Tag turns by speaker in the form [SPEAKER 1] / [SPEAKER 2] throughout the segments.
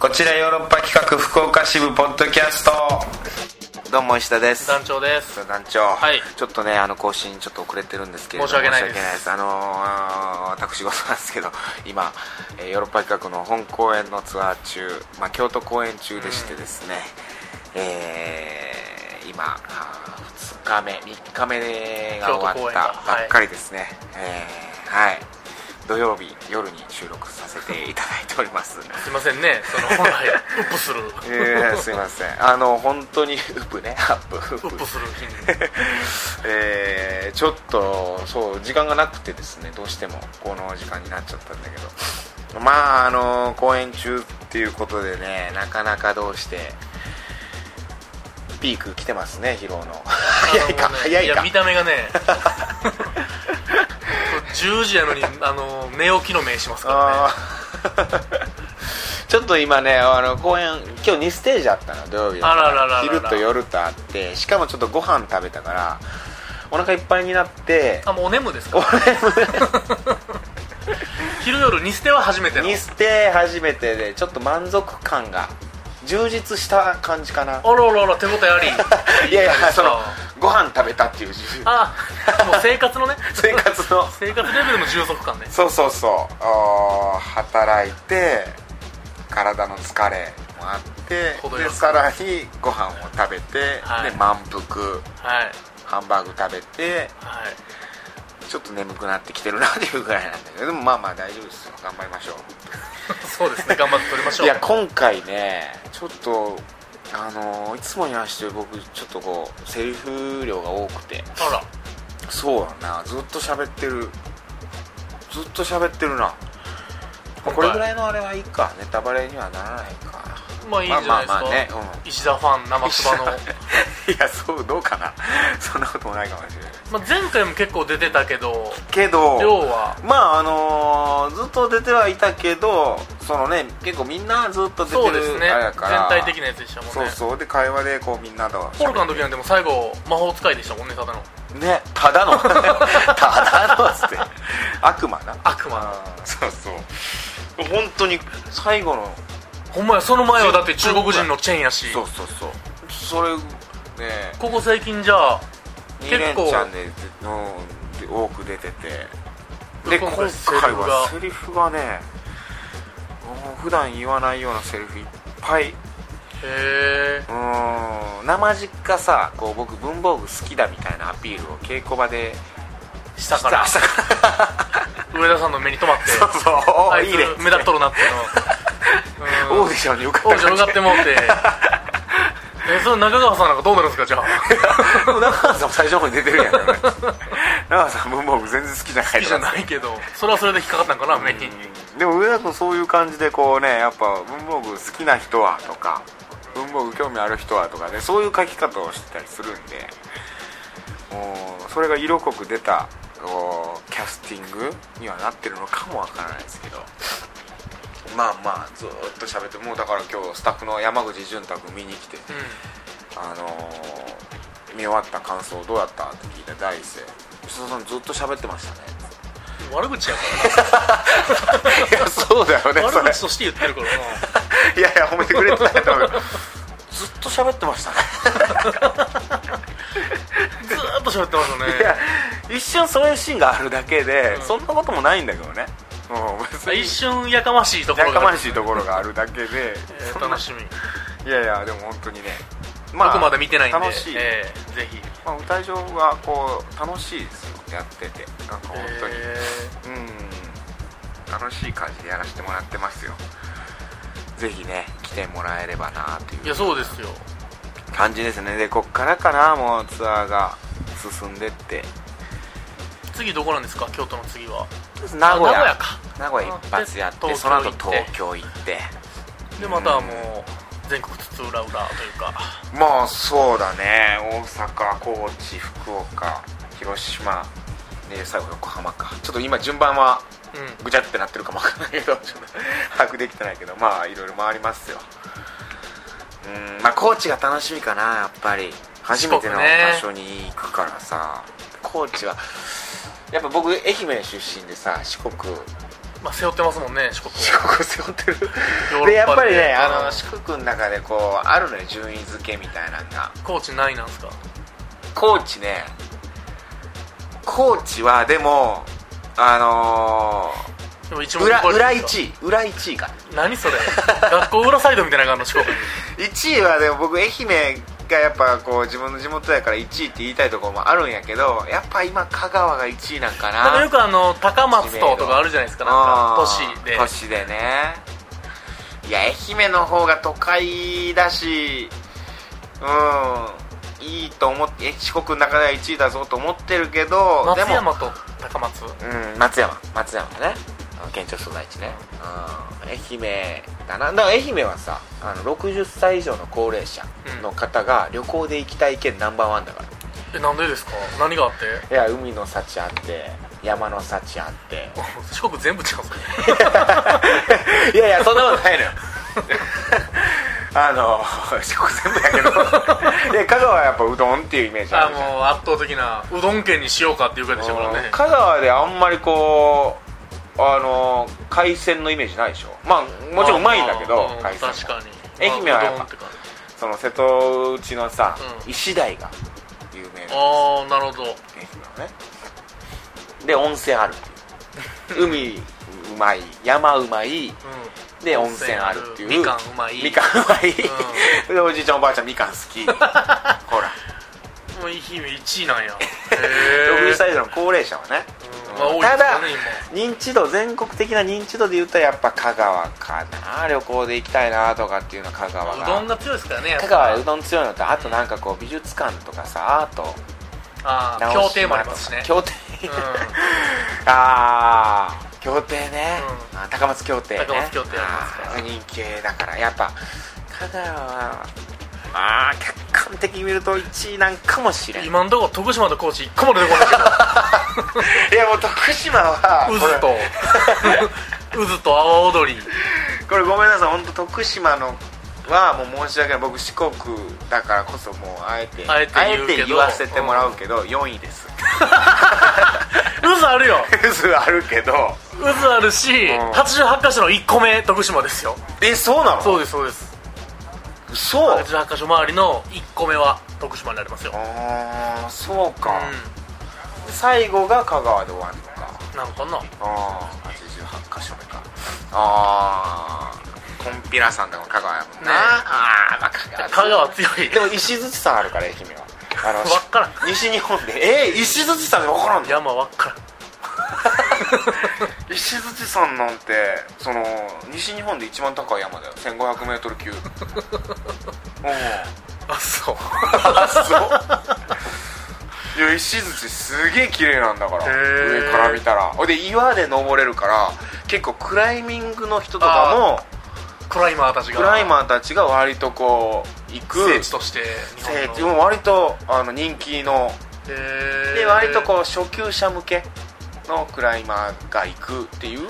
[SPEAKER 1] こちらヨーロッパ企画福岡支部ポッドキャストどうも石田です
[SPEAKER 2] 団長です
[SPEAKER 1] 団長、
[SPEAKER 2] はい
[SPEAKER 1] ちょっとねあの更新ちょっと遅れてるんですけれども
[SPEAKER 2] 申し訳ないです
[SPEAKER 1] あのー私事なんですけど今、えーヨーロッパ企画の本公演のツアー中、まあ、京都公演中でしてですね、えー今あー2日目3日目が終わ
[SPEAKER 2] 京都公
[SPEAKER 1] っ
[SPEAKER 2] 演
[SPEAKER 1] た
[SPEAKER 2] が
[SPEAKER 1] ばっかりですねえーはい土曜日夜に収録させていただいております
[SPEAKER 2] すいませんねその本 来ウップする
[SPEAKER 1] えーすいませんあの本当にウップねアップウ
[SPEAKER 2] ウ
[SPEAKER 1] ッ
[SPEAKER 2] ッ
[SPEAKER 1] プ
[SPEAKER 2] プする日に
[SPEAKER 1] えーちょっとそう時間がなくてですねどうしてもこの時間になっちゃったんだけどまああの公演中っていうことでねなかなかどうしてピーク来てますね疲労の早いか
[SPEAKER 2] あのね
[SPEAKER 1] 早い
[SPEAKER 2] や
[SPEAKER 1] か
[SPEAKER 2] 見た目がね 10時やのにあの寝起きの目しますからね
[SPEAKER 1] あー ちょっと今ねあの公演今日2ステージあったの土曜日だから
[SPEAKER 2] あららららら
[SPEAKER 1] 昼と夜とあってしかもちょっとご飯食べたからお腹いっぱいになって
[SPEAKER 2] あもうお眠ですか昼夜に捨ては初めての
[SPEAKER 1] に捨て初めてでちょっと満足感が充実した感じかな
[SPEAKER 2] あらあらあら手応えあ り
[SPEAKER 1] いやいやその
[SPEAKER 2] あ
[SPEAKER 1] ご飯食べたっていう自由
[SPEAKER 2] もう生活のね
[SPEAKER 1] 生活の
[SPEAKER 2] 生活レベルの充足感ね
[SPEAKER 1] そうそうそうあー働いて体の疲れもあって
[SPEAKER 2] 程よ
[SPEAKER 1] で
[SPEAKER 2] く
[SPEAKER 1] さらにご飯を食べて、
[SPEAKER 2] はい
[SPEAKER 1] で満腹
[SPEAKER 2] はい
[SPEAKER 1] ハンバーグ食べて
[SPEAKER 2] はい
[SPEAKER 1] ちょっと眠くなってきてるなっていうぐらいなんだけどでもまあまあ大丈夫ですよ頑張りましょう
[SPEAKER 2] そうですね頑張って取りましょう
[SPEAKER 1] いや今回ねちょっとあのーいつもに話して僕ちょっとこうセリフ量が多くて
[SPEAKER 2] あら
[SPEAKER 1] そうだなずっと喋ってるずっと喋ってるなまあ
[SPEAKER 2] 今回
[SPEAKER 1] これぐらいのあれはいいかネタバレにはならないか
[SPEAKER 2] まあいいんじゃないですか、
[SPEAKER 1] まあまあまあねう
[SPEAKER 2] 石田ファン生つばの、
[SPEAKER 1] いやそうどうかなそんなこともないかもしれない
[SPEAKER 2] まあ、前回も結構出てたけど
[SPEAKER 1] けど
[SPEAKER 2] 量は
[SPEAKER 1] まああのーずっと出てはいたけどそのね結構みんなずっと出て
[SPEAKER 2] そうです
[SPEAKER 1] る
[SPEAKER 2] ね
[SPEAKER 1] あれだ
[SPEAKER 2] 全
[SPEAKER 1] から
[SPEAKER 2] 体的なやつでしたもんね
[SPEAKER 1] そうそうで会話でこうみんなと喋って
[SPEAKER 2] ポルカの時なんてもう最後魔法使いでしたもんねただの
[SPEAKER 1] ねただの ただのっつって悪魔な
[SPEAKER 2] 悪魔
[SPEAKER 1] そうそう本当に最後の
[SPEAKER 2] ほんまやその前はだって中国人のチェーンやし
[SPEAKER 1] そうそうそうそれね
[SPEAKER 2] ここ最近じゃあ
[SPEAKER 1] 2
[SPEAKER 2] 構
[SPEAKER 1] 連チャンでので多く出ててで今
[SPEAKER 2] 今
[SPEAKER 1] 回
[SPEAKER 2] 回セリフが
[SPEAKER 1] はセリフがねもう普段言わないようなセリフいっぱい
[SPEAKER 2] へえ
[SPEAKER 1] うーん生実家さこう僕文房具好きだみたいなアピールを稽古場で
[SPEAKER 2] 下 から
[SPEAKER 1] したか
[SPEAKER 2] 上田さんの目に留まって
[SPEAKER 1] らそうそうお
[SPEAKER 2] あ
[SPEAKER 1] ー
[SPEAKER 2] い
[SPEAKER 1] い
[SPEAKER 2] つ
[SPEAKER 1] いね
[SPEAKER 2] 目立っとるなっていうの
[SPEAKER 1] オーディションに受か
[SPEAKER 2] 王
[SPEAKER 1] った感
[SPEAKER 2] 者向
[SPEAKER 1] じ
[SPEAKER 2] かってもう てえそれ中川さんなんかどうなるんですかじゃあ
[SPEAKER 1] でも中川さんも最初の方に出てるやん か中川さん文房具全然好きじゃない
[SPEAKER 2] 好きじゃないけどそれはそれで引っかかったんかな目に
[SPEAKER 1] うんでも上田君そういう感じでこうねやっぱ文房具好きな人はとか文房具興味ある人はとかねそういう書き方をしてたりするんでもうそれが色濃く出たこうキャスティングにはなってるのかもわからないですけどまあまあずーっと喋ってもうだから今日スタッフの山口潤太君見に来て
[SPEAKER 2] うん
[SPEAKER 1] あのー見終わった感想どうやったって聞いた第一声吉田さんずっと喋ってましたね
[SPEAKER 2] 悪口やか
[SPEAKER 1] いやそうだよね
[SPEAKER 2] ら
[SPEAKER 1] そ
[SPEAKER 2] 悪
[SPEAKER 1] れ
[SPEAKER 2] 口として言ってるからない
[SPEAKER 1] やいや褒めてくれてたよ多分ずっと喋ってましたね
[SPEAKER 2] ずーっと喋ってましたね
[SPEAKER 1] いや一瞬そういうシーンがあるだけで、
[SPEAKER 2] うん
[SPEAKER 1] そんなこともないんだけどねもう別に
[SPEAKER 2] 一瞬やかましいとこ
[SPEAKER 1] や
[SPEAKER 2] ろ
[SPEAKER 1] か
[SPEAKER 2] があ
[SPEAKER 1] ま
[SPEAKER 2] る
[SPEAKER 1] しいところがあるだけで、
[SPEAKER 2] えー
[SPEAKER 1] そんな
[SPEAKER 2] 楽しみ
[SPEAKER 1] いやいやでも本当にねま
[SPEAKER 2] 僕まだ見てないんで
[SPEAKER 1] 楽しい、
[SPEAKER 2] えーぜひ
[SPEAKER 1] まあ、歌い上はこう楽しいですよやっててなんか本当に、
[SPEAKER 2] え
[SPEAKER 1] うん楽しい感じでやらせてもらってますよぜひね来てもらえればなってい
[SPEAKER 2] ーいや
[SPEAKER 1] う
[SPEAKER 2] そうですよ
[SPEAKER 1] 感じですねでこっからかなもうツアーが進んでって
[SPEAKER 2] 次どこなんですか京都の次は
[SPEAKER 1] 名古屋
[SPEAKER 2] あ名古屋か
[SPEAKER 1] 名古屋一発やって
[SPEAKER 2] で
[SPEAKER 1] その後
[SPEAKER 2] 東
[SPEAKER 1] 東京
[SPEAKER 2] 京行って
[SPEAKER 1] 行って
[SPEAKER 2] でまたもう全国津々浦々というか
[SPEAKER 1] まあそうだね大阪高知福岡広島で最後横浜かちょっと今順番は
[SPEAKER 2] うん
[SPEAKER 1] ぐちゃってなってるかもわかんないけどちょっと把握できてないけどまあいろいろ回りますようんまあ高知が楽しみかなやっぱり初めての
[SPEAKER 2] 四国ね
[SPEAKER 1] 場所に行くからさ、高知はやっぱ僕愛媛出身でさ四国
[SPEAKER 2] まあ、背負ってますもんね四国を
[SPEAKER 1] 四国を背負ってる
[SPEAKER 2] ヨーロッパ
[SPEAKER 1] で
[SPEAKER 2] で
[SPEAKER 1] やっぱりね
[SPEAKER 2] うん
[SPEAKER 1] あの四国の中でこうあるのよ順位付けみたいなのが
[SPEAKER 2] 高知何位なんですか
[SPEAKER 1] 高知ね高知はでもあの
[SPEAKER 2] でも一
[SPEAKER 1] ー
[SPEAKER 2] 問
[SPEAKER 1] 裏
[SPEAKER 2] 超え
[SPEAKER 1] 裏
[SPEAKER 2] てるんですか
[SPEAKER 1] 1位裏1位か
[SPEAKER 2] 何それ 学校裏サイドみたいなのがあるの四国に
[SPEAKER 1] 1位はでも僕愛媛がやっぱこう自分の地元やから1位って言いたいところもあるんやけどやっぱ今香川が1位なんかな
[SPEAKER 2] なんかよくあの高松ととかあるじゃないですかなんか都
[SPEAKER 1] あー
[SPEAKER 2] 市で
[SPEAKER 1] 都市でねいや愛媛の方が都会だしうんいいと思って四国の中では1位だぞと思ってるけど
[SPEAKER 2] 松
[SPEAKER 1] でも、
[SPEAKER 2] 山と高松
[SPEAKER 1] うん、松山松山ねあの県庁所在地ね、うん、愛媛だなだから愛媛はさあの60歳以上の高齢者の方が旅行で行きたい県ナンバーワンだから
[SPEAKER 2] えなんでですか何があって
[SPEAKER 1] いや海の幸あって山の幸あ って
[SPEAKER 2] 四国全部違うんですか
[SPEAKER 1] いやいやそんなことないのよ あの四国全部やけど いや香川はやっぱうどんっていうイメージあ
[SPEAKER 2] あ
[SPEAKER 1] るじゃん
[SPEAKER 2] もう圧倒的なうどん県にしようかっていうぐらいでしたから
[SPEAKER 1] う
[SPEAKER 2] ね
[SPEAKER 1] ん香川であんまりこうあの海鮮のイメージないでしょまあもちろんうまいんだけど、
[SPEAKER 2] まあ
[SPEAKER 1] 海鮮も
[SPEAKER 2] 確かに
[SPEAKER 1] 愛媛はやっぱ
[SPEAKER 2] まあうどんて感じ
[SPEAKER 1] その瀬戸内のさ、
[SPEAKER 2] うん
[SPEAKER 1] 石鯛が有名なんですよ
[SPEAKER 2] ああなるほど
[SPEAKER 1] 愛媛はねで温泉あるっていう 海うまい山うまいで温泉あるっていう
[SPEAKER 2] みかんうまい
[SPEAKER 1] みかんうまい、 でおじいちゃんおばあちゃんみかん好きほら
[SPEAKER 2] もう愛媛1位な んや へ
[SPEAKER 1] 60
[SPEAKER 2] え
[SPEAKER 1] 歳以上の高齢者はね、
[SPEAKER 2] うんまあ多いです
[SPEAKER 1] た
[SPEAKER 2] よ
[SPEAKER 1] だ
[SPEAKER 2] ね
[SPEAKER 1] 認知度全国的な認知度で言ったらやっぱ香川かな旅行で行きたいなとかっていうのは香川が
[SPEAKER 2] 今うどんが強いですからねやっぱ
[SPEAKER 1] 香川はうどん強いのとあとなんかこう美術館とかさアート
[SPEAKER 2] ああ
[SPEAKER 1] 直
[SPEAKER 2] 協
[SPEAKER 1] 島
[SPEAKER 2] 定もありますしね
[SPEAKER 1] 協定、
[SPEAKER 2] うん
[SPEAKER 1] ああ協定ね、
[SPEAKER 2] う
[SPEAKER 1] あ高松協定ね
[SPEAKER 2] 高松協定ありますから
[SPEAKER 1] あー人気だからやっぱ香川はまあ客観的に見ると1位なんかもしれんいや
[SPEAKER 2] 今んとこ徳島と高知一個も出てこないですよ
[SPEAKER 1] もう徳島はこれ
[SPEAKER 2] 渦と 渦と阿波踊り
[SPEAKER 1] これごめんなさい本当徳島のはもう申し訳ない僕四国だからこそもうあえて
[SPEAKER 2] あえて言うけど
[SPEAKER 1] あえて言わせてもらうけど、4位です
[SPEAKER 2] 渦あるよ
[SPEAKER 1] 嘘あるけど
[SPEAKER 2] 渦あるし
[SPEAKER 1] ん
[SPEAKER 2] 88箇所の1個目徳島ですよ
[SPEAKER 1] えそうなの
[SPEAKER 2] そうですそうです
[SPEAKER 1] そう
[SPEAKER 2] 88箇所周りの1個目は徳島になりますよ
[SPEAKER 1] あーそう
[SPEAKER 2] う
[SPEAKER 1] か、
[SPEAKER 2] ん
[SPEAKER 1] 最後が香川で終わるのか
[SPEAKER 2] なんかな
[SPEAKER 1] ああ88箇所目かああコンピラさんとか香川やもんな、
[SPEAKER 2] ね
[SPEAKER 1] ああまあ香川
[SPEAKER 2] 香川強い
[SPEAKER 1] でも石槌さんあるから愛媛はあの
[SPEAKER 2] わっからん
[SPEAKER 1] 西日本でえー、石槌さんで分からんの
[SPEAKER 2] 山わっからん
[SPEAKER 1] 石槌さんなんてその西日本で一番高い山だよ 1500m 級うん
[SPEAKER 2] あそう
[SPEAKER 1] あそういや石槌すげえ綺麗なんだから
[SPEAKER 2] へー
[SPEAKER 1] 上から見たらほいで岩で登れるから結構クライミングの人とかも
[SPEAKER 2] クライマーたちが
[SPEAKER 1] クライマーたちが割とこう行く
[SPEAKER 2] 聖地として日本
[SPEAKER 1] 聖地
[SPEAKER 2] の
[SPEAKER 1] も割とあの人気の
[SPEAKER 2] へ
[SPEAKER 1] で
[SPEAKER 2] ー
[SPEAKER 1] 割とこう初級者向けのクライマーが行くっていう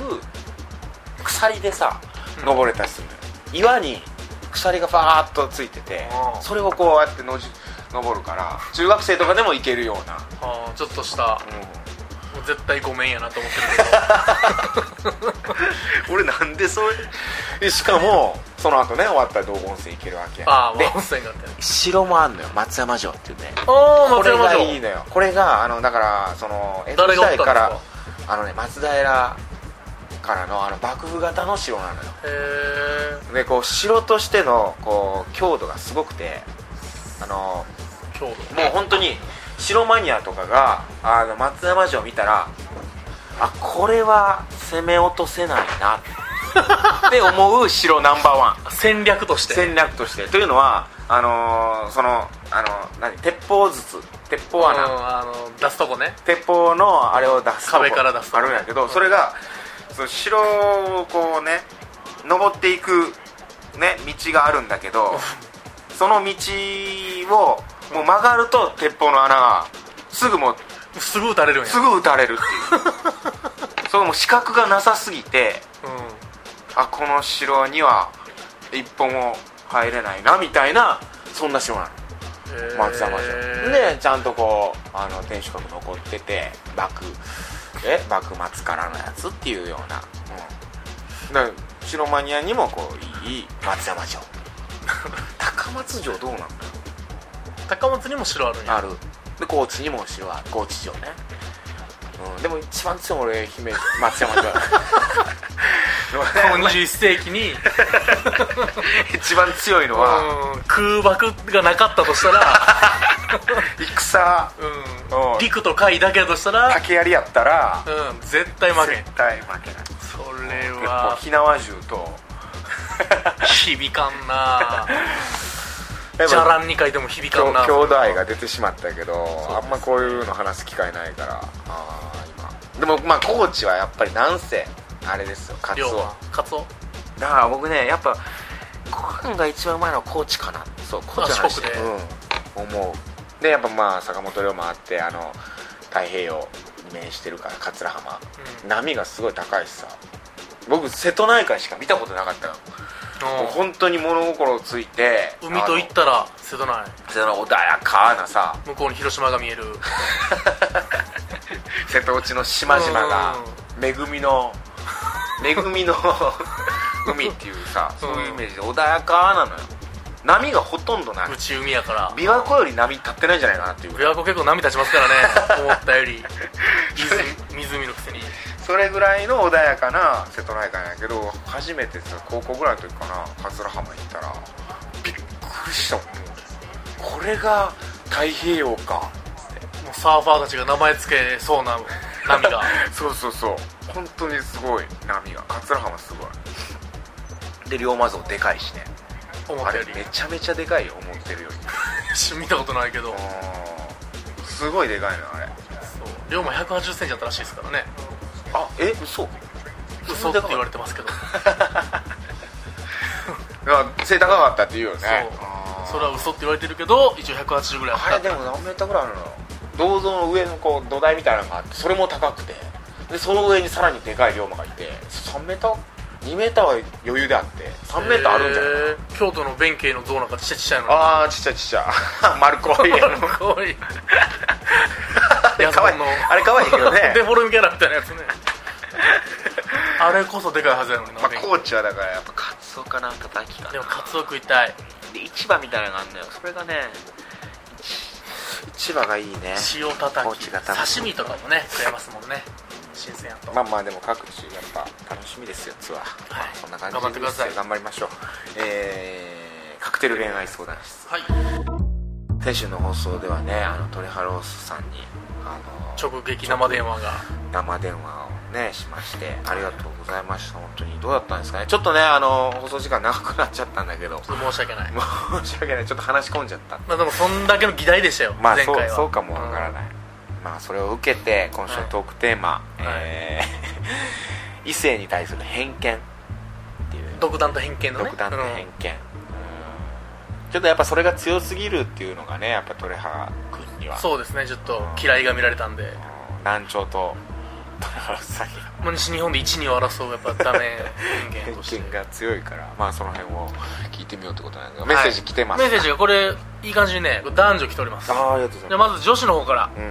[SPEAKER 1] 鎖でさ
[SPEAKER 2] うん
[SPEAKER 1] 登れたりするのよ岩に鎖がバーッとついてて
[SPEAKER 2] うん
[SPEAKER 1] それをこうやってのじ登るから中学生とかでも行けるような、
[SPEAKER 2] あーちょっとしたもう絶対ごめんやなと思って る
[SPEAKER 1] 俺なんでそれしかもその後ね終わったら道後温泉行けるわけ
[SPEAKER 2] けどああ
[SPEAKER 1] で
[SPEAKER 2] 温泉があって
[SPEAKER 1] 城もあんのよ松山城っていうね
[SPEAKER 2] ああ
[SPEAKER 1] こ
[SPEAKER 2] 松
[SPEAKER 1] れ
[SPEAKER 2] 山
[SPEAKER 1] が
[SPEAKER 2] 城
[SPEAKER 1] いいのよこれがあのだからその江戸
[SPEAKER 2] 誰
[SPEAKER 1] 時
[SPEAKER 2] がおったん
[SPEAKER 1] 代
[SPEAKER 2] です
[SPEAKER 1] か
[SPEAKER 2] から
[SPEAKER 1] あのね松平からのあの幕府型の城なのよ
[SPEAKER 2] へえ
[SPEAKER 1] でこう城としてのこう強度がすごくてあの
[SPEAKER 2] 郷土
[SPEAKER 1] もう本当に城マニアとかがあの松山城を見たらあこれは攻め落とせないなって思う城ナンバーワン
[SPEAKER 2] 戦略として
[SPEAKER 1] 戦略としてというのはあのーそのあの何鉄砲筒鉄砲穴、
[SPEAKER 2] うんあの出すとこね
[SPEAKER 1] 鉄砲のあれを出すとこ
[SPEAKER 2] 壁から出すと
[SPEAKER 1] あ
[SPEAKER 2] こ
[SPEAKER 1] るんやけど、それがその城をこうね登っていく、ね、道があるんだけどその道をもう曲がると鉄砲の穴がすぐもう
[SPEAKER 2] すぐ撃たれるんや
[SPEAKER 1] すぐ撃たれるってい うそれもう視覚がなさすぎて
[SPEAKER 2] うん
[SPEAKER 1] あこの城には一歩も入れないなみたいなそんな城なの
[SPEAKER 2] へー
[SPEAKER 1] 松山城でちゃんとこうあの天守閣残ってて幕え幕末からのやつっていうような、だから城マニアにもこういい松山城 高松城どうなんだろ
[SPEAKER 2] 高松にも城あるん
[SPEAKER 1] う
[SPEAKER 2] や
[SPEAKER 1] あるで高知にも城は高知城ね、うん、でも一番強いの俺姫路松 山城
[SPEAKER 2] この21世 紀に
[SPEAKER 1] 一番強いのは
[SPEAKER 2] うん空爆がなかったとしたら、
[SPEAKER 1] 戦
[SPEAKER 2] うん
[SPEAKER 1] うん
[SPEAKER 2] 陸と海だけだとしたら、
[SPEAKER 1] 竹槍やったら
[SPEAKER 2] うん、絶対負けん
[SPEAKER 1] 絶対負けない
[SPEAKER 2] それ
[SPEAKER 1] 結構
[SPEAKER 2] は
[SPEAKER 1] 火縄銃と
[SPEAKER 2] 響かんな
[SPEAKER 1] やっ
[SPEAKER 2] じゃ
[SPEAKER 1] ぱ
[SPEAKER 2] らんに書いても響
[SPEAKER 1] 兄
[SPEAKER 2] かんな
[SPEAKER 1] 兄弟が出てしまったけど、
[SPEAKER 2] そう
[SPEAKER 1] あんまこういうの話す機会ないからあー今でもまあ高知はやっぱりなんせあれですよカツ
[SPEAKER 2] 龍
[SPEAKER 1] オ
[SPEAKER 2] 馬カツオ
[SPEAKER 1] だから僕ねやっぱご飯が一番うまいのは高知かなそう高知の話
[SPEAKER 2] あ四国で
[SPEAKER 1] うん、思うでやっぱまあ坂本龍馬あってあの太平洋に面してるから桂浜
[SPEAKER 2] うん
[SPEAKER 1] 波がすごい高いしさ僕瀬戸内海しか見たことなかったよもう本当に物心ついて
[SPEAKER 2] うん海と
[SPEAKER 1] い
[SPEAKER 2] 言ったら瀬戸内
[SPEAKER 1] 瀬戸の穏やかなさ
[SPEAKER 2] 向こうに広島が見え る
[SPEAKER 1] 瀬戸内の島々が恵み の恵みの 海っていうさそういうイメージで穏やかなのよ波がほとんどないう
[SPEAKER 2] ち海やから
[SPEAKER 1] 琵琶湖より波立ってないんじゃないかなっていうぐらい
[SPEAKER 2] 琵琶湖結構波立ちますからね 思ったより湖湖のくせに
[SPEAKER 1] それぐらいの穏やかな瀬戸内海なんやけど初めてさ高校ぐらいの時かな桂浜行ったらびっくりしたもんこれが太平洋か
[SPEAKER 2] もうサーファーたちが名前つけそうな波が
[SPEAKER 1] そうそうそう本当にすごい波が桂浜すごいで龍馬像でかいしね
[SPEAKER 2] 思
[SPEAKER 1] あ
[SPEAKER 2] った
[SPEAKER 1] れ
[SPEAKER 2] より
[SPEAKER 1] めちゃめちゃでかいよ思ってるより
[SPEAKER 2] 見たことないけど
[SPEAKER 1] うんすごいでかいのあれ
[SPEAKER 2] そう龍馬1 8 0ンチだったらしいですからね
[SPEAKER 1] あえ嘘
[SPEAKER 2] 嘘って言われてますけど
[SPEAKER 1] れ背高かったって言うよね
[SPEAKER 2] そう
[SPEAKER 1] あー
[SPEAKER 2] それは嘘って言われてるけど一応180ぐらいあった
[SPEAKER 1] あれでも何メーターぐらいあるの銅像の上のこう土台みたいなのがあってそれも高くてでその上にさらにでかい龍馬がいて3メーター2メーターは余裕であって3メーターあるんじゃないかな、
[SPEAKER 2] えー京都の弁慶の像なんかちっちゃいちっちゃいのに
[SPEAKER 1] ああちっちゃいちっちゃい 丸っ こい
[SPEAKER 2] かわいい
[SPEAKER 1] あれか わいい
[SPEAKER 2] いやその
[SPEAKER 1] あれかわいいけ どね
[SPEAKER 2] デフォルムキャラみたいな やつねあれこそでかいはずやのにな、
[SPEAKER 1] まあ、高知はだからやっぱカツオかなんか大気か
[SPEAKER 2] でもカツオ食いたい
[SPEAKER 1] で市場みたいなのがあるんだよそれがね市場がいいね
[SPEAKER 2] 塩たた
[SPEAKER 1] 高
[SPEAKER 2] き
[SPEAKER 1] 知が楽しい
[SPEAKER 2] 刺身とかもね食えますもんね新鮮やと、
[SPEAKER 1] まあまあでも各地やっぱ楽しみですよツアー、
[SPEAKER 2] はい
[SPEAKER 1] まあそんな感じ
[SPEAKER 2] 頑張ってください
[SPEAKER 1] ですよ頑張りましょうえー、カクテル恋愛相談室
[SPEAKER 2] はい
[SPEAKER 1] 先週の放送ではねあの鳥ハロースさんにあの
[SPEAKER 2] 直撃生電話が
[SPEAKER 1] 生電話をねしましてありがとうございました本当にどうだったんですかねちょっとねあの放送時間長くなっちゃったんだけど
[SPEAKER 2] ちょっと申し訳ない
[SPEAKER 1] 申し訳ないちょっと話し込んじゃった
[SPEAKER 2] まあでもそんだけの議題でしたよ、
[SPEAKER 1] まあ
[SPEAKER 2] 前
[SPEAKER 1] そう
[SPEAKER 2] 回は
[SPEAKER 1] そうかもわからない、まあそれを受けて今週のトークテーマ、
[SPEAKER 2] い
[SPEAKER 1] えー 異性に対する偏見っていう
[SPEAKER 2] 独断と偏見のね
[SPEAKER 1] 独断と偏見、
[SPEAKER 2] うん
[SPEAKER 1] うんちょっとやっぱそれが強すぎるっていうのがねやっぱトレハ君には
[SPEAKER 2] そうですねちょっと嫌いが見られたんで、
[SPEAKER 1] うん難聴とトレハロスさんには
[SPEAKER 2] まあ、西日本で1、2を争うやっぱダメ人間と して
[SPEAKER 1] 偏見が強いからまあその辺を聞いてみようってことなんですがメッセージ来てます、
[SPEAKER 2] メッセージがこれいい感じにね男女来ております
[SPEAKER 1] ああありがとうござ
[SPEAKER 2] じゃあ
[SPEAKER 1] います
[SPEAKER 2] まず女子の方から、
[SPEAKER 1] うん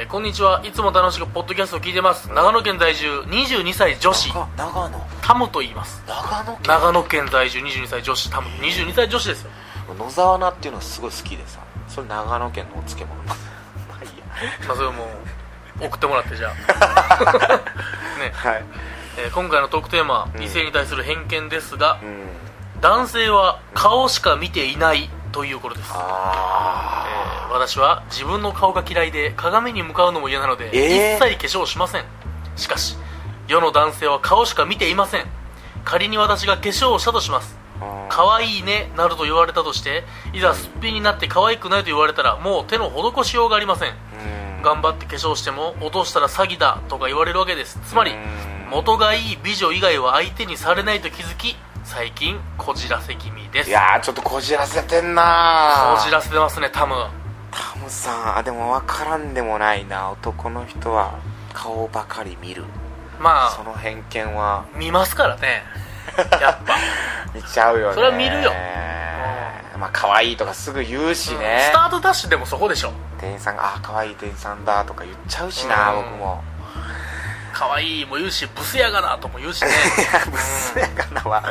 [SPEAKER 2] えーこんにちはいつも楽しくポッドキャストを聞いてます長野県在住22歳女子
[SPEAKER 1] 長長野
[SPEAKER 2] タムと言います
[SPEAKER 1] 長野県
[SPEAKER 2] 長野県在住22歳女子タム22歳女子ですよ
[SPEAKER 1] 野沢菜っていうのがすごい好きでさそれ長野県のお漬物まあいいや
[SPEAKER 2] まあそれもう送ってもらってじゃあ、 ね
[SPEAKER 1] はい
[SPEAKER 2] えー今回のトークテーマ、
[SPEAKER 1] うん
[SPEAKER 2] 異性に対する偏見ですが
[SPEAKER 1] う、ん
[SPEAKER 2] 男性は顔しか見ていないということです、え
[SPEAKER 1] あ
[SPEAKER 2] ー私は自分の顔が嫌いで鏡に向かうのも嫌なので、
[SPEAKER 1] えー
[SPEAKER 2] 一切化粧しませんしかし世の男性は顔しか見ていません仮に私が化粧をしたとします
[SPEAKER 1] あ
[SPEAKER 2] 可愛いねなどと言われたとしていざすっぴんになって可愛くないと言われたらもう手の施しようがありません頑張って化粧しても落としたら詐欺だとか言われるわけですつまり
[SPEAKER 1] うん
[SPEAKER 2] 元がいい美女以外は相手にされないと気づき最近こじらせ気味です
[SPEAKER 1] いやーちょっとこじらせてんなー
[SPEAKER 2] こじらせてますねタム
[SPEAKER 1] タムさんあでも分からんでもないな男の人は顔ばかり見る
[SPEAKER 2] ま
[SPEAKER 1] そ
[SPEAKER 2] あ
[SPEAKER 1] の偏見は
[SPEAKER 2] 見ますか らねやっぱ
[SPEAKER 1] 見ちゃうよね
[SPEAKER 2] それは見るよ
[SPEAKER 1] まあ可愛いとかすぐ言うしね
[SPEAKER 2] スタ、ートダッシュでもそこでしょ
[SPEAKER 1] 店員さんが「あー可愛い店員さんだ」とか言っちゃうしな
[SPEAKER 2] うん
[SPEAKER 1] 僕も
[SPEAKER 2] 可可愛いも言うしブスやがなとも言 うしね
[SPEAKER 1] ブスやかなは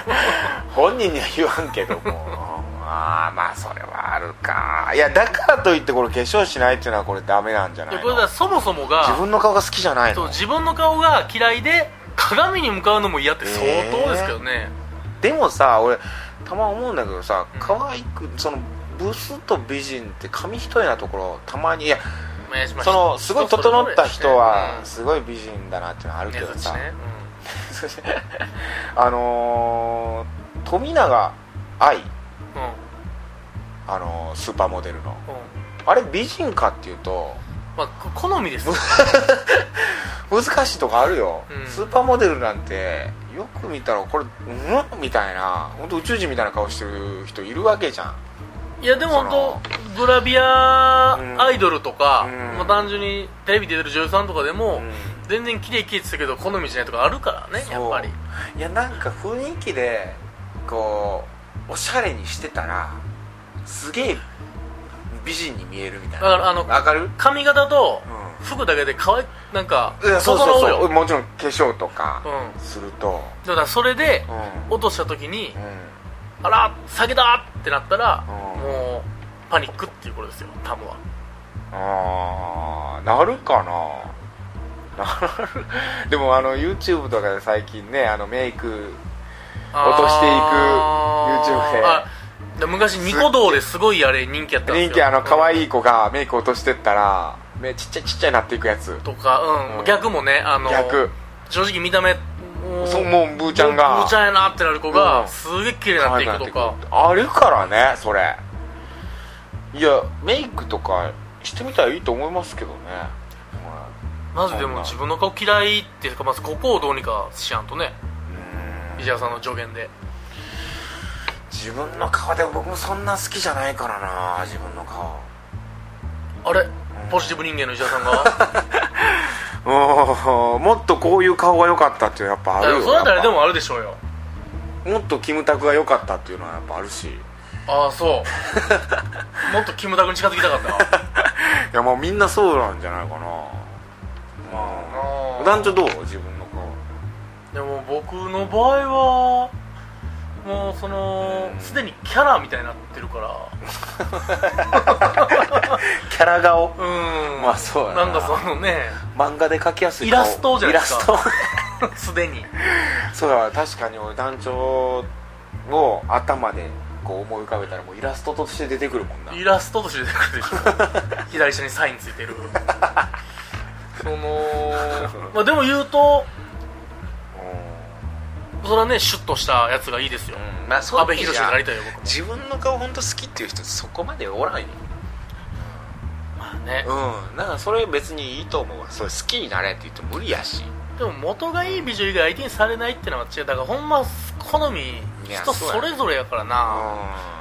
[SPEAKER 1] 本人には言わんけどもああまあそれはあるかいやだからといってこれ化粧しないっていうのはこれダメなんじゃない
[SPEAKER 2] で
[SPEAKER 1] の
[SPEAKER 2] これだそもそもが
[SPEAKER 1] 自分の顔が好きじゃない
[SPEAKER 2] そう
[SPEAKER 1] の
[SPEAKER 2] 自分の顔が嫌いで鏡に向かうのも嫌って相当ですけどね、
[SPEAKER 1] でもさ俺たま思うんだけどさ
[SPEAKER 2] うん
[SPEAKER 1] 可愛くそのブスと美人って紙一重なところたまにいや
[SPEAKER 2] お願いします
[SPEAKER 1] そのすごい整った人は
[SPEAKER 2] そ
[SPEAKER 1] すごい美人だなっていうのはある
[SPEAKER 2] う
[SPEAKER 1] け
[SPEAKER 2] そ
[SPEAKER 1] ど
[SPEAKER 2] う
[SPEAKER 1] さ
[SPEAKER 2] それぞれね
[SPEAKER 1] あのー富永愛
[SPEAKER 2] うんうん
[SPEAKER 1] あのースーパーモデルの
[SPEAKER 2] うん
[SPEAKER 1] あれ美人かっていうと
[SPEAKER 2] まあこ好みですよ
[SPEAKER 1] 難しいとこあるよ、
[SPEAKER 2] うん
[SPEAKER 1] スーパーモデルなんてよく見たらこれうんみたいな本当宇宙人みたいな顔してる人いるわけじゃん
[SPEAKER 2] いやでも
[SPEAKER 1] その
[SPEAKER 2] 本当グラビアアイドルとか、
[SPEAKER 1] うん
[SPEAKER 2] まあ、単純にテレビ出てる女優さんとかでも、
[SPEAKER 1] うん
[SPEAKER 2] 全然キレイキレイって言ってたけど好みじゃないとかあるからね
[SPEAKER 1] そう
[SPEAKER 2] やっぱり
[SPEAKER 1] いやなんか雰囲気でこうおしゃれにしてたらすげえ美人に見えるみたいな
[SPEAKER 2] だからあの
[SPEAKER 1] わかる
[SPEAKER 2] 髪型と
[SPEAKER 1] う
[SPEAKER 2] 服だけで可愛いなんか
[SPEAKER 1] いやそうそう
[SPEAKER 2] 整うよ
[SPEAKER 1] そうもちろん化粧とか
[SPEAKER 2] うん
[SPEAKER 1] すると
[SPEAKER 2] だからそれで
[SPEAKER 1] うん、
[SPEAKER 2] 落とした時に
[SPEAKER 1] うん
[SPEAKER 2] あら下げだってなったら
[SPEAKER 1] うん
[SPEAKER 2] もうパニックっていうことですよタムは
[SPEAKER 1] ああなるかな なるでもあの YouTube とかで最近ねあのメイク落としていく
[SPEAKER 2] あー
[SPEAKER 1] YouTube で
[SPEAKER 2] あで昔ニコ動ですごいあれ人気やったんですよ
[SPEAKER 1] 人気あの可
[SPEAKER 2] い
[SPEAKER 1] 愛い子がメイク落としてったら目ちっちゃいちっちゃいなっていくやつ
[SPEAKER 2] とか、うん
[SPEAKER 1] うん
[SPEAKER 2] 逆もねあの
[SPEAKER 1] 逆
[SPEAKER 2] 正直見た目も
[SPEAKER 1] そうもうブーちゃん
[SPEAKER 2] ブ
[SPEAKER 1] が
[SPEAKER 2] ーちゃんやなってなる子が、
[SPEAKER 1] うん
[SPEAKER 2] すげえ綺麗になっていくとか
[SPEAKER 1] あるからねそれいやメイクとかしてみたらいいと思いますけどね
[SPEAKER 2] まずでも自分の顔嫌いっていうかまずここをどうにかしやんとね
[SPEAKER 1] うん
[SPEAKER 2] 石原さんの助言で
[SPEAKER 1] 自分の顔で僕もそんな好きじゃないからな自分の顔
[SPEAKER 2] あれポジティブ人間の石原さんが
[SPEAKER 1] うんもっとこういう顔が良かったっていうのはやっ ぱあ
[SPEAKER 2] だ
[SPEAKER 1] る
[SPEAKER 2] から
[SPEAKER 1] よ
[SPEAKER 2] それは誰で
[SPEAKER 1] やっ
[SPEAKER 2] もあるでしょうよ
[SPEAKER 1] ぱもっとキムタクが良かったっていうのはやっぱあるしい
[SPEAKER 2] ああそう もっとキムタクに近づきたかった
[SPEAKER 1] やもうみんなそうなんじゃないかなま
[SPEAKER 2] あ
[SPEAKER 1] あ
[SPEAKER 2] ー
[SPEAKER 1] 団長どう自分の顔
[SPEAKER 2] でも僕の場合はもうその
[SPEAKER 1] うん
[SPEAKER 2] すでにキャラみたいになってるから
[SPEAKER 1] キャラ顔
[SPEAKER 2] うん
[SPEAKER 1] まあそうやな
[SPEAKER 2] なんかそのね
[SPEAKER 1] 漫画で描きやすい顔
[SPEAKER 2] イラストじゃないですか
[SPEAKER 1] イラスト
[SPEAKER 2] すでに
[SPEAKER 1] そうだ確かに俺団長を頭でこう思い浮かべたらもうイラストとして出てくるもんな
[SPEAKER 2] イラストとして出てくるでし ょ左下にサインついてるそのまあでも言うとそれはねシュッとしたやつがいいですよ、
[SPEAKER 1] うんまあそう
[SPEAKER 2] 安部寛になりたいよ僕
[SPEAKER 1] 自分の顔本当好きっていう人そこまでおらんよ
[SPEAKER 2] まあね、
[SPEAKER 1] うんなんかそれ別にいいと思うわそれ好きになれって言っても無理やし
[SPEAKER 2] でも元がいい美女以外相手にされないってのは違うだからほんま好み
[SPEAKER 1] いや
[SPEAKER 2] 人それぞれやからな
[SPEAKER 1] あ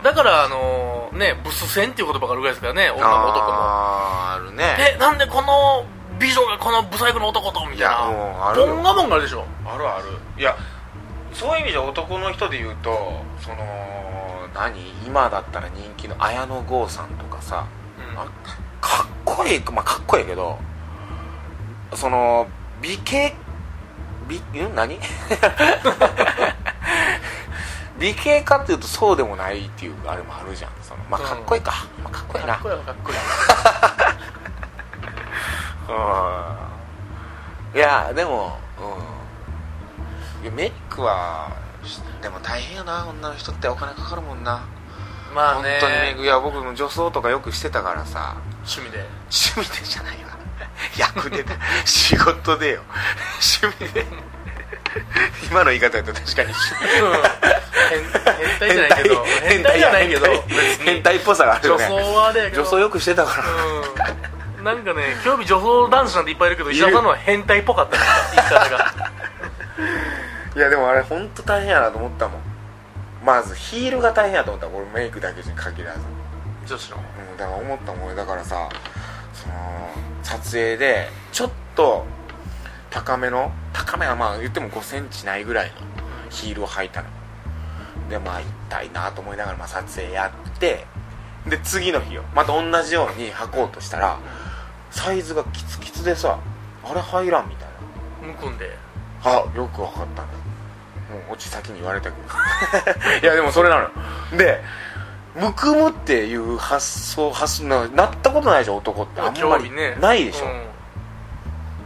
[SPEAKER 2] だからあのーねブス戦っていう言葉があるぐらいですからね女も男も
[SPEAKER 1] あーあるね
[SPEAKER 2] えなんでこの美女がこのブサイクの男とみたい
[SPEAKER 1] いやもう
[SPEAKER 2] な
[SPEAKER 1] あるよ
[SPEAKER 2] どんなもんがあるでしょ
[SPEAKER 1] あるあるいやそういう意味じゃ男の人で言うとその何今だったら人気の綾野剛さんとかさ
[SPEAKER 2] うん
[SPEAKER 1] あかっこいいまあかっこいいけどその美形美ん何 美形かっていうとそうでもないっていうあれもあるじゃんそのまあ
[SPEAKER 2] うん
[SPEAKER 1] かっこいいか、まあ、かっこいい
[SPEAKER 2] か
[SPEAKER 1] な
[SPEAKER 2] っこいいわかっこいいわ
[SPEAKER 1] うんいやでもうんいやメイクはしでも大変よな女の人ってお金かかるもんな
[SPEAKER 2] まあ
[SPEAKER 1] 本
[SPEAKER 2] ね
[SPEAKER 1] 当にメイクいや僕も女装とかよくしてたからさ
[SPEAKER 2] 趣 味で
[SPEAKER 1] 趣味でじゃないわ役でだ仕事でよ趣味で今の言い方だと確かに
[SPEAKER 2] 変態じゃないけど変態じゃないけど
[SPEAKER 1] 変態
[SPEAKER 2] 別に
[SPEAKER 1] 変態っぽさがあるよ
[SPEAKER 2] 女
[SPEAKER 1] ね
[SPEAKER 2] 装はあれやけど
[SPEAKER 1] 女装よくしてたから、
[SPEAKER 2] うんなんかね興味女装男子なんていっぱいいるけど石田さんのは変態っぽかったから言 い方が
[SPEAKER 1] いやでもあれ本当大変やなと思ったもんまずヒールが大変やと思った俺メイクだけに限らず、
[SPEAKER 2] 女子の
[SPEAKER 1] うん、だから思ったもん俺だからさその撮影でちょっと高めの高めはまあ言っても5センチないぐらいのヒールを履いたのでまあ痛いなと思いながらまあ撮影やってで次の日よまた同じように履こうとしたらサイズがキツキツでさあれ入らんみたいな
[SPEAKER 2] むくんで
[SPEAKER 1] あよくわかったねもうオチ先に言われたけど いやでもそれなのでむくむっていう発想発想ななったことないでしょ男ってあんま
[SPEAKER 2] 興
[SPEAKER 1] り
[SPEAKER 2] 味ね
[SPEAKER 1] ないでしょ、
[SPEAKER 2] うん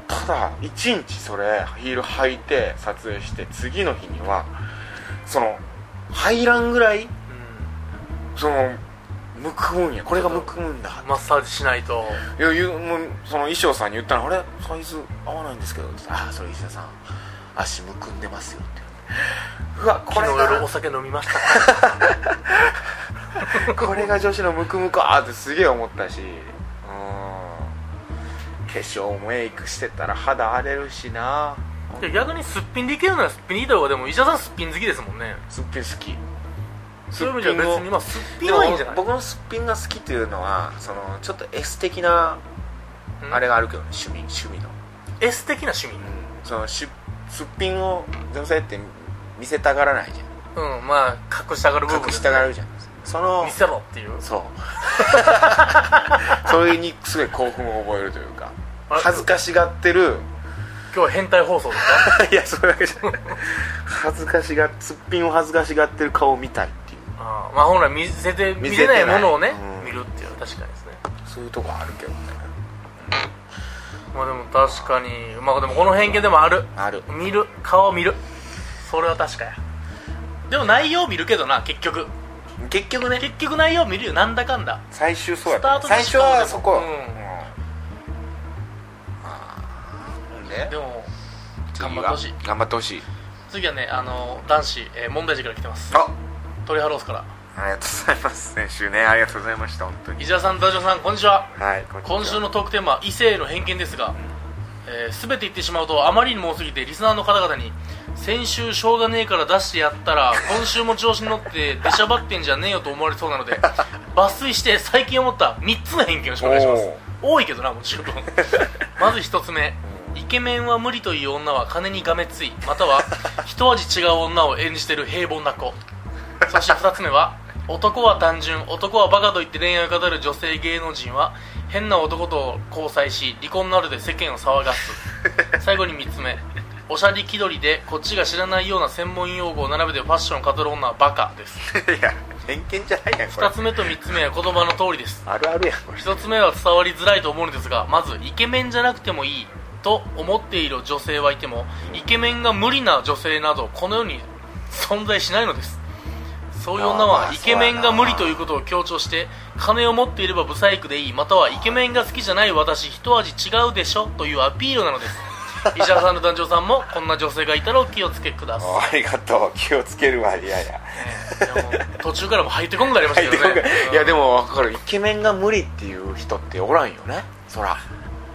[SPEAKER 1] ただ1日それヒール履いて撮影して次の日にはその入らんぐらいそのむくむんやこれがむくむんだ
[SPEAKER 2] うんマッサージしないと
[SPEAKER 1] いや言うもうその衣装さんに言ったら「あれサイズ合わないんですけど」って言ったらああそれ石田さん足むくんでますよ」ってうわこ
[SPEAKER 2] 昨
[SPEAKER 1] れ
[SPEAKER 2] 日
[SPEAKER 1] が
[SPEAKER 2] 夜お酒飲みました
[SPEAKER 1] これが女子のムクムクあーってすげえ思ったしうん化粧メイクしてたら肌荒れるしな
[SPEAKER 2] で逆にすっぴんでいけるならすっぴんでいた方がでも石田さんすっぴん好きですもんね
[SPEAKER 1] すっぴん好き
[SPEAKER 2] そういう意味じゃ別にまあすっぴ
[SPEAKER 1] で
[SPEAKER 2] ん
[SPEAKER 1] も
[SPEAKER 2] はいいんじゃない
[SPEAKER 1] 僕のすっぴんが好きっていうのはそのちょっとエス的な
[SPEAKER 2] うん
[SPEAKER 1] あれがあるけどね、趣味趣味の、
[SPEAKER 2] エス的な趣味
[SPEAKER 1] そのしすっぴんを全部そうやって見せたがらないじゃん
[SPEAKER 2] うんまあ隠したがる部分
[SPEAKER 1] 隠したがるじゃんその
[SPEAKER 2] 見せろっていう
[SPEAKER 1] そう それにすごい興奮を覚えるというか
[SPEAKER 2] あれ
[SPEAKER 1] 恥ずかしがって る
[SPEAKER 2] 今日は変態放送ですか
[SPEAKER 1] いやそれだけじゃない恥ずかしがすっぴんを恥ずかしがってる顔を見たいっていう
[SPEAKER 2] ああまあ本来見せて
[SPEAKER 1] 見せ
[SPEAKER 2] 見
[SPEAKER 1] て
[SPEAKER 2] れ
[SPEAKER 1] な
[SPEAKER 2] ないいものをね
[SPEAKER 1] うん
[SPEAKER 2] 見るっていうのは確かにですね
[SPEAKER 1] そういうとこあるけどね
[SPEAKER 2] まあでも確かにまあでもこの偏見でもある
[SPEAKER 1] ある
[SPEAKER 2] 見る顔を見るそれは確かやでも内容見るけどな結局
[SPEAKER 1] 結局ね
[SPEAKER 2] 結局内容見るよなんだかんだ
[SPEAKER 1] 最終そうやっ
[SPEAKER 2] スタート
[SPEAKER 1] 最
[SPEAKER 2] の仕
[SPEAKER 1] 初
[SPEAKER 2] 方
[SPEAKER 1] はそこよ
[SPEAKER 2] でもうん
[SPEAKER 1] うんで
[SPEAKER 2] でも
[SPEAKER 1] 次は
[SPEAKER 2] 頑張ってほしい
[SPEAKER 1] 頑張ってほしい
[SPEAKER 2] 次はねあの男子、えー問題児から来てます
[SPEAKER 1] あ
[SPEAKER 2] 鳥ハロースから
[SPEAKER 1] ありがとうございます先週ねありがとうございました本当に
[SPEAKER 2] 石田さんダジョさんこんにちは
[SPEAKER 1] はいこんにちは
[SPEAKER 2] 今週のトークテーマは異性への偏見ですが、えー、全て言ってしまうとあまりにも多すぎてリスナーの方々に先週しょうがねえから出してやっ たら今週も調子に乗って出しゃばってんじゃねえよと思われそうな ので抜粋して最近思った3つの偏見を紹介します多いけどなもう十 分まず1つ目イケメンは無理という女は金にがめついま たは一味違う女を演じてる平凡な子そして2つ目は男は単純男はバカと言って恋愛を語る女性芸能人は変な男と交際し離婚などで世間を騒 がす最後に3つ目おしゃれ気取りでこっちが知らないような専門用語を並べてファッションを語る女はバカです
[SPEAKER 1] いや偏見じゃないやんこれ
[SPEAKER 2] 2つ目と3つ目は言葉の通りです
[SPEAKER 1] あるあるやんこれ
[SPEAKER 2] 1つ目は伝わりづらいと思うんですがまずイケメンじゃなくてもいいと思っている女性はいてもイケメンが無理な女性などこの世に存在しないのですそういう女
[SPEAKER 1] あーま
[SPEAKER 2] は
[SPEAKER 1] あ
[SPEAKER 2] イケメンが無理ということを強調して金を持っていればブサイクでいいまたはイケメンが好きじゃない私一味違うでしょというアピールな のです石原さんの団長さんもこんな女性がいたらお気をつけください
[SPEAKER 1] ありがとう気をつけるわいやいや
[SPEAKER 2] ねいやもう途中からも 入ってこんくなりましたけどね
[SPEAKER 1] いやでも分かるイケメンが無理っていう人っておらんよねそら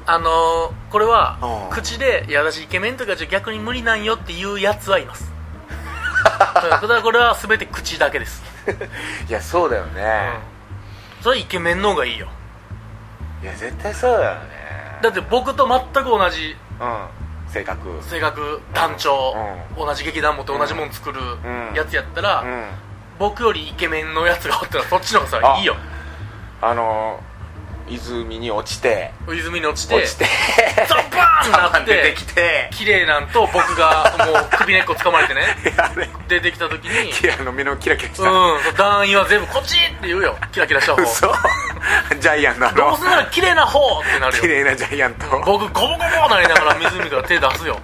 [SPEAKER 2] あのー、これは
[SPEAKER 1] うん
[SPEAKER 2] 口で「いや私イケメンとかじゃ逆に無理なんよ」っていうやつはいます うんただこれは全て口だけです、
[SPEAKER 1] いやそうだよ
[SPEAKER 2] う
[SPEAKER 1] ね
[SPEAKER 2] ん、それはイケメンの方がいいよ
[SPEAKER 1] いや絶対そうだよね
[SPEAKER 2] だって僕と全く同じ
[SPEAKER 1] うん性格うん
[SPEAKER 2] 性格団長、同じ劇団持って同じもん作る
[SPEAKER 1] ん
[SPEAKER 2] やつやったら、僕よりイケメンのやつがおったらそっちの方がそれ
[SPEAKER 1] あ
[SPEAKER 2] いいよ
[SPEAKER 1] あの泉に落ちて
[SPEAKER 2] 泉に落ちて
[SPEAKER 1] 落ちて
[SPEAKER 2] ザバーンなって
[SPEAKER 1] 出てきて
[SPEAKER 2] 綺麗なんと僕がもう首根っこ掴まれてね
[SPEAKER 1] い やあれ
[SPEAKER 2] 出てきた 時に
[SPEAKER 1] キラの目のキラキラし
[SPEAKER 2] う
[SPEAKER 1] た
[SPEAKER 2] ん、団員は全部こっちって言うよキラキラした 方
[SPEAKER 1] 嘘ジャイアンのあ
[SPEAKER 2] どう
[SPEAKER 1] の
[SPEAKER 2] せなら綺麗な方ってな
[SPEAKER 1] 綺
[SPEAKER 2] るよ
[SPEAKER 1] 麗なジャイアンとどっ
[SPEAKER 2] 僕ゴボゴボなりながら湖から手出すよ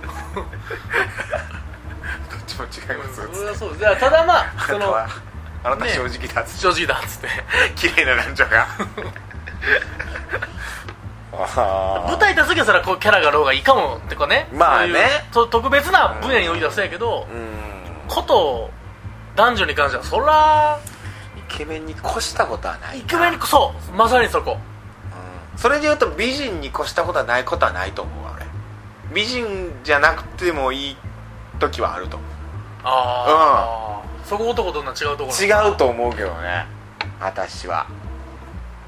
[SPEAKER 1] ちも違います
[SPEAKER 2] それはそうですだからた だまあ
[SPEAKER 1] あ
[SPEAKER 2] そ
[SPEAKER 1] なた
[SPEAKER 2] の
[SPEAKER 1] はあなた
[SPEAKER 2] ね
[SPEAKER 1] 正直だっつって
[SPEAKER 2] 正直だっつって
[SPEAKER 1] 綺麗な男女が あ
[SPEAKER 2] 舞台出す時はそれはこうキャラがあろうがいいかもってかね
[SPEAKER 1] まあね
[SPEAKER 2] そういうと特別な分野においてはそうやけ
[SPEAKER 1] ー
[SPEAKER 2] ど
[SPEAKER 1] うん
[SPEAKER 2] こと男女に関してはそら
[SPEAKER 1] イケメンに越したことはない
[SPEAKER 2] イケメンにこそまさにそこ
[SPEAKER 1] それで言うと美人に越したことはないことはないと思う俺美人じゃなくてもいい時はあると思う
[SPEAKER 2] ああ、そこ男と女違うところ
[SPEAKER 1] 違うと思うけどね私は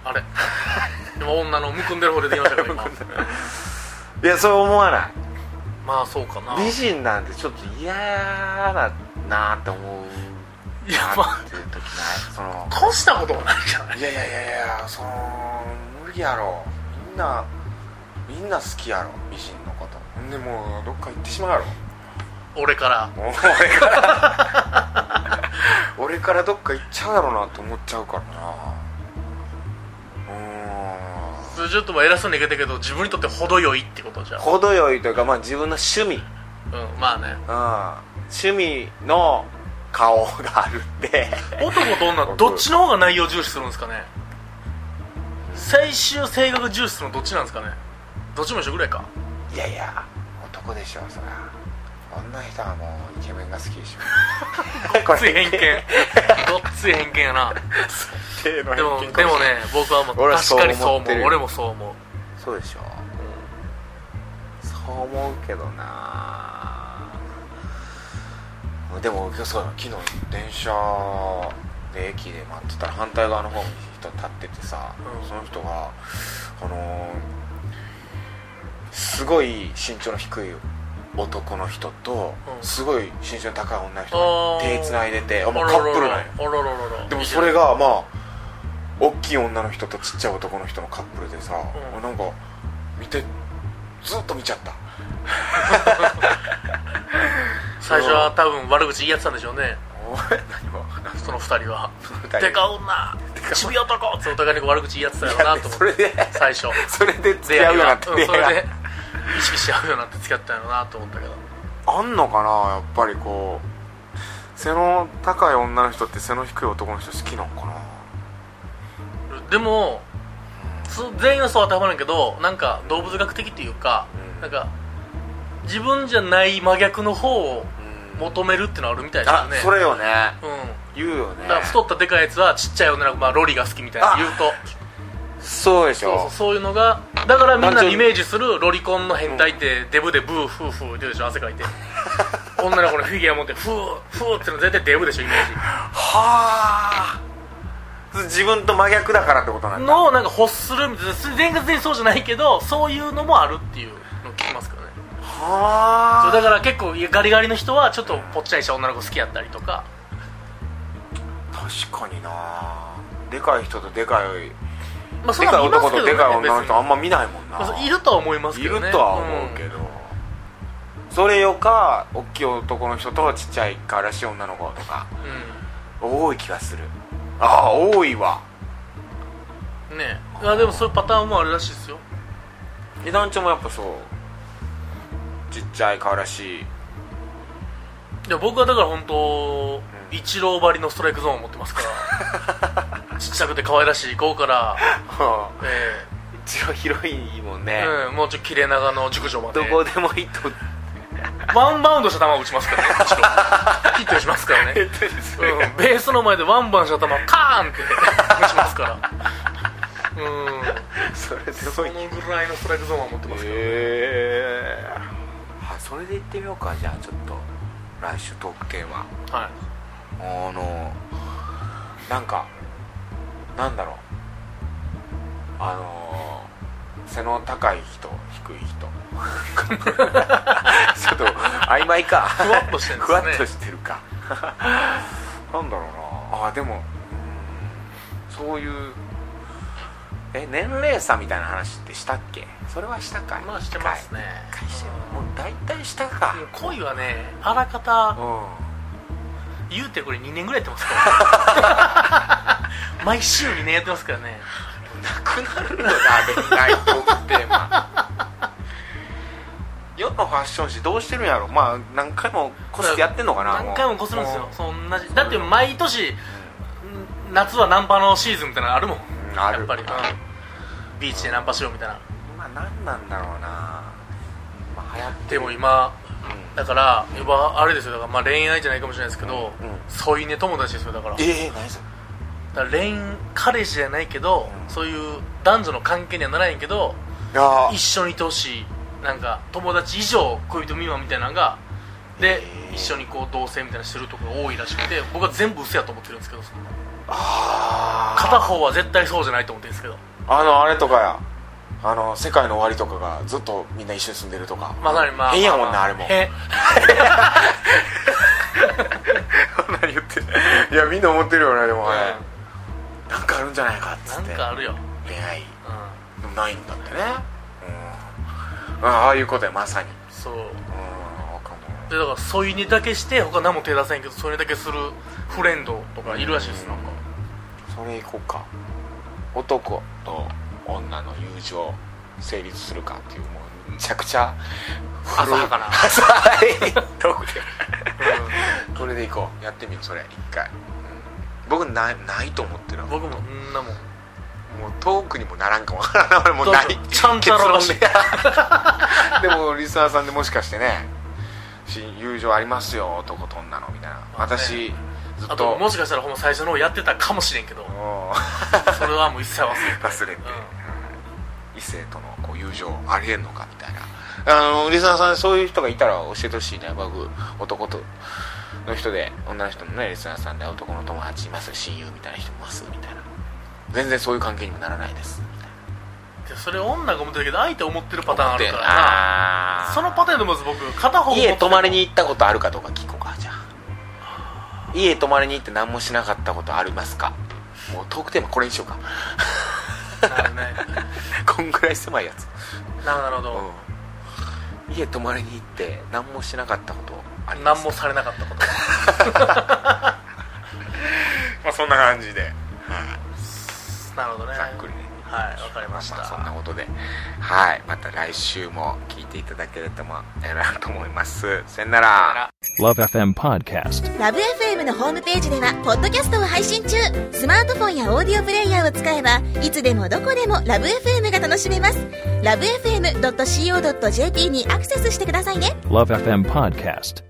[SPEAKER 2] あれ今女のむくんでる方出てきましたけ ど今
[SPEAKER 1] いやそう思わない
[SPEAKER 2] まあそうかな
[SPEAKER 1] 美人なんてちょっと嫌だなって思う
[SPEAKER 2] いやま
[SPEAKER 1] な
[SPEAKER 2] あ
[SPEAKER 1] っていう時ないその
[SPEAKER 2] こしたことはないじゃない
[SPEAKER 1] いやいやいやいやその無理やろみんなみんな好きやろ美人のことほんでもうどっか行ってしまうやろ
[SPEAKER 2] 俺から
[SPEAKER 1] もう俺から俺からどっか行っちゃうやろなと思っちゃうからなう
[SPEAKER 2] それちょっとまあ偉そうに言うけど自分にとって程よいってことじ
[SPEAKER 1] ー
[SPEAKER 2] ゃ
[SPEAKER 1] ん
[SPEAKER 2] ん、
[SPEAKER 1] 程よいというかまあ自分の趣味
[SPEAKER 2] うん、まあね
[SPEAKER 1] うん趣味の顔があるんで
[SPEAKER 2] 男と女どっちの方が内容重視するんですかね最終性格重視するのどっちなんですかねどっちも一緒ぐらいか
[SPEAKER 1] いやいや男でしょそりゃ女の人はもうイケメンが好きでしょ
[SPEAKER 2] ごっつい 偏見ごっつい偏見やな
[SPEAKER 1] でも
[SPEAKER 2] でもでもね僕はもう
[SPEAKER 1] 俺は
[SPEAKER 2] 確かにそう
[SPEAKER 1] そう思っ
[SPEAKER 2] 思う
[SPEAKER 1] てるよ
[SPEAKER 2] 俺もそう思う
[SPEAKER 1] そうでしょ、そう思うけどなでもそう昨日電車で駅で待ってたら反対側の方に人立っててさ、
[SPEAKER 2] うん
[SPEAKER 1] その人があのーすごい身長の低い男の人と、
[SPEAKER 2] うん
[SPEAKER 1] すごい身長の高い女の人が
[SPEAKER 2] あー
[SPEAKER 1] 手つないでてあ
[SPEAKER 2] あ
[SPEAKER 1] もう
[SPEAKER 2] ら
[SPEAKER 1] カ
[SPEAKER 2] らら
[SPEAKER 1] ップルなんよ
[SPEAKER 2] あらららら
[SPEAKER 1] でもそれがまあ大きい女の人とちっちゃい男の人のカップルでさ、
[SPEAKER 2] うん
[SPEAKER 1] なんか見てずっと見ちゃった
[SPEAKER 2] 最初は多分悪口言い合ってたんでしょうね
[SPEAKER 1] お前何も
[SPEAKER 2] その二人は
[SPEAKER 1] 人
[SPEAKER 2] でか女ちび男っつってお互いにこう悪口言い合ってたよなと思
[SPEAKER 1] それ
[SPEAKER 2] って
[SPEAKER 1] で
[SPEAKER 2] 最初
[SPEAKER 1] それで付き合うようになって
[SPEAKER 2] 出会いがうんそれ
[SPEAKER 1] 出会い
[SPEAKER 2] で意識し合うようになって付き合ったよなと思ったけど
[SPEAKER 1] があんのかなやっぱりこう背の高い女の人って背の低い男の人好きなのかな
[SPEAKER 2] でもそう全員はそう当てはまるんやけどなんか動物学的っていうか、
[SPEAKER 1] うん
[SPEAKER 2] なんか自分じゃない真逆の方を
[SPEAKER 1] うん
[SPEAKER 2] 求めるってのはあるみたいですよ
[SPEAKER 1] あ
[SPEAKER 2] ね
[SPEAKER 1] それよね
[SPEAKER 2] うん
[SPEAKER 1] 言うよね
[SPEAKER 2] だから太ったでかいやつはちっちゃい女の子、まあ、ロリが好きみたいな
[SPEAKER 1] あ
[SPEAKER 2] 言うと
[SPEAKER 1] そうでし
[SPEAKER 2] そうそ
[SPEAKER 1] ょ
[SPEAKER 2] うそういうのがだからみんな
[SPEAKER 1] 単純
[SPEAKER 2] の
[SPEAKER 1] に
[SPEAKER 2] イメージするロリコンの変態ってデブでブーフーフー言うでしょ汗かいて女の子のフィギュア持ってフーフーっての絶対デブでしょイメー
[SPEAKER 1] はあ自分と真逆だからってことなん
[SPEAKER 2] ジ
[SPEAKER 1] だ
[SPEAKER 2] のなんか欲するみたいな全然そうじゃないけどそういうのもあるっていうのを聞きますけどね
[SPEAKER 1] はあ
[SPEAKER 2] そうだから結構ガリガリの人はちょっとぽっちゃりした女の子好きやったりとか
[SPEAKER 1] 確かになでかい人とでかい
[SPEAKER 2] まあそ
[SPEAKER 1] で
[SPEAKER 2] んな
[SPEAKER 1] かい
[SPEAKER 2] のいま
[SPEAKER 1] 男
[SPEAKER 2] すけ
[SPEAKER 1] と
[SPEAKER 2] ど
[SPEAKER 1] で
[SPEAKER 2] ね
[SPEAKER 1] かい女の
[SPEAKER 2] 別
[SPEAKER 1] 人
[SPEAKER 2] に
[SPEAKER 1] あんま見ないもん
[SPEAKER 2] まあ
[SPEAKER 1] な
[SPEAKER 2] そういるとは思います
[SPEAKER 1] い
[SPEAKER 2] けどね
[SPEAKER 1] るとは思うけど、それよか大きい男の人とちっちゃいからしい女の子とか
[SPEAKER 2] うん、
[SPEAKER 1] 多い気がするああ多いわ
[SPEAKER 2] うんねえあでもそういうパターンもあるらしいですよ
[SPEAKER 1] 値段長もやっぱそうちっちゃいからしい
[SPEAKER 2] いや僕はだから本当、
[SPEAKER 1] うん
[SPEAKER 2] イチロー張りのストライクゾーンを持ってますから ちっちゃくて可愛らしい子から、え
[SPEAKER 1] 一応広いもん
[SPEAKER 2] え
[SPEAKER 1] ね
[SPEAKER 2] うん、もうちょっと切れ長の熟女まで
[SPEAKER 1] でもいい と
[SPEAKER 2] ワンバウンドした球を打ちますからねイチロ ーヒット打ちますからね、うん、ベースの前でワンバウンドした球をカーンって打ちますからうん
[SPEAKER 1] それで
[SPEAKER 2] そのぐらいのストライクゾーンは持ってますけど、
[SPEAKER 1] へえあそれで行ってみようかじゃあちょっと来週トークテーマ
[SPEAKER 2] はい
[SPEAKER 1] あのなんかなんだろうあの背の高い人低い人 ちょっと曖昧か
[SPEAKER 2] ふわっとしてるんで
[SPEAKER 1] ふわ
[SPEAKER 2] すね
[SPEAKER 1] っとしてるかなんだろうなあでもうんそういうえ年齢差みたいな話ってしたっけそれはしたかい
[SPEAKER 2] まあしてますね
[SPEAKER 1] 一回一回してるもう大体したか
[SPEAKER 2] うん恋はねあらかた
[SPEAKER 1] うん
[SPEAKER 2] 言うてこれ2年ぐらいやってますから 毎週2年やってますからね
[SPEAKER 1] なくなるのな恋愛トークテーマ世のファッション誌どうしてるんやろまあ何回もこすってやってんのかな
[SPEAKER 2] 何回もこするんですよ
[SPEAKER 1] も
[SPEAKER 2] そんなじだって毎年ん夏はナンパのシーズンみたいなのあるもん
[SPEAKER 1] ううんある
[SPEAKER 2] やっぱり、うんビーチでナンパしようみたいな
[SPEAKER 1] まあ何なんだろうなまあ流行って
[SPEAKER 2] でも今だからやっぱあれですよだからまあ恋愛じゃないかもしれないですけど、
[SPEAKER 1] うんうん
[SPEAKER 2] 添い寝友達ですよだから
[SPEAKER 1] ええ何それ
[SPEAKER 2] だから恋彼氏じゃないけど、
[SPEAKER 1] うん
[SPEAKER 2] そういう男女の関係にはならへんけど
[SPEAKER 1] いや
[SPEAKER 2] 一緒にいてほしいなんか友達以上恋人未満みたいなのがで
[SPEAKER 1] へー
[SPEAKER 2] 一緒にこう同棲みたいなのしてるとこが多いらしくて僕は全部嘘やと思ってるんですけどそんな
[SPEAKER 1] あー
[SPEAKER 2] 片方は絶対そうじゃないと思ってるんですけど
[SPEAKER 1] あのあれとかやあの世界の終わりとかがずっとみんな一緒に住んでるとか
[SPEAKER 2] まさにまあ
[SPEAKER 1] 変やもんなあれも
[SPEAKER 2] へ
[SPEAKER 1] 何言ってんのいやみんな思ってるよねでもあれ
[SPEAKER 2] う
[SPEAKER 1] なんかあるんじゃないかっつっ
[SPEAKER 2] ん
[SPEAKER 1] て
[SPEAKER 2] なんかあるよ、
[SPEAKER 1] 恋愛
[SPEAKER 2] う
[SPEAKER 1] でもないんだってね、うん、うんああいうことやまさに
[SPEAKER 2] そう
[SPEAKER 1] うんわかんない
[SPEAKER 2] でだから添い寝だけして他何も手出せんけど添い寝だけするフレンドとかいるらしいですなんか
[SPEAKER 1] それいこうか男と女の友情成立するかっていうもうめちゃくちゃ
[SPEAKER 2] 浅はかな
[SPEAKER 1] 浅い トークでこれでいこうやってみようそれ一回、うん僕ないないと思って る
[SPEAKER 2] 僕もんな
[SPEAKER 1] も
[SPEAKER 2] もん
[SPEAKER 1] うトークにもならんかもわからん俺もうない
[SPEAKER 2] どうぞちゃんたららしい
[SPEAKER 1] 結 論ででもリスナーさんでもしかしてねし友情ありますよ男と女のみたいな
[SPEAKER 2] まあね
[SPEAKER 1] 私ずっ
[SPEAKER 2] あ
[SPEAKER 1] と
[SPEAKER 2] ともしかしたらほんま最初の方やってたかもしれんけど
[SPEAKER 1] もう
[SPEAKER 2] それはもう一切忘れて
[SPEAKER 1] 忘れて、
[SPEAKER 2] うん
[SPEAKER 1] 異性とのこう友情ありえんのかみたいなあのリスナーさんそういう人がいたら教えてほしいね僕男との人で女の人もねリスナーさんで男の友達います親友みたいな人もいますみたいな全然そういう関係にもならないですみたいな
[SPEAKER 2] でそれ女が思ってるけど相手思ってるパターンあるからな
[SPEAKER 1] あー
[SPEAKER 2] そのパターンでまず僕片方思って
[SPEAKER 1] 家
[SPEAKER 2] も
[SPEAKER 1] 泊まりに行ったことあるかどうか聞こうかじゃあ家泊まりに行って何もしなかったことありますかもうトークテーマこれにしようか
[SPEAKER 2] なるね
[SPEAKER 1] こんぐらい狭いやつ
[SPEAKER 2] なるなるほど
[SPEAKER 1] うん家泊まりに行って何もしなかったことありま
[SPEAKER 2] 何
[SPEAKER 1] す
[SPEAKER 2] もされなかったこと
[SPEAKER 1] まあそんな感じで、はい
[SPEAKER 2] なるほどね
[SPEAKER 1] ざっくりね
[SPEAKER 2] はいわかりました
[SPEAKER 1] あそんなことではいまた来週も聞いていただければなと思いますさよなら
[SPEAKER 3] Love FM Podcast.
[SPEAKER 4] ラブ f m のホームページではポッドキャストを配信中スマートフォンやオーディオプレイヤーを使えばいつでもどこでもラブ f m が楽しめますラブ FM.co.jp にアクセスしてくださいね
[SPEAKER 3] Love FM Podcast.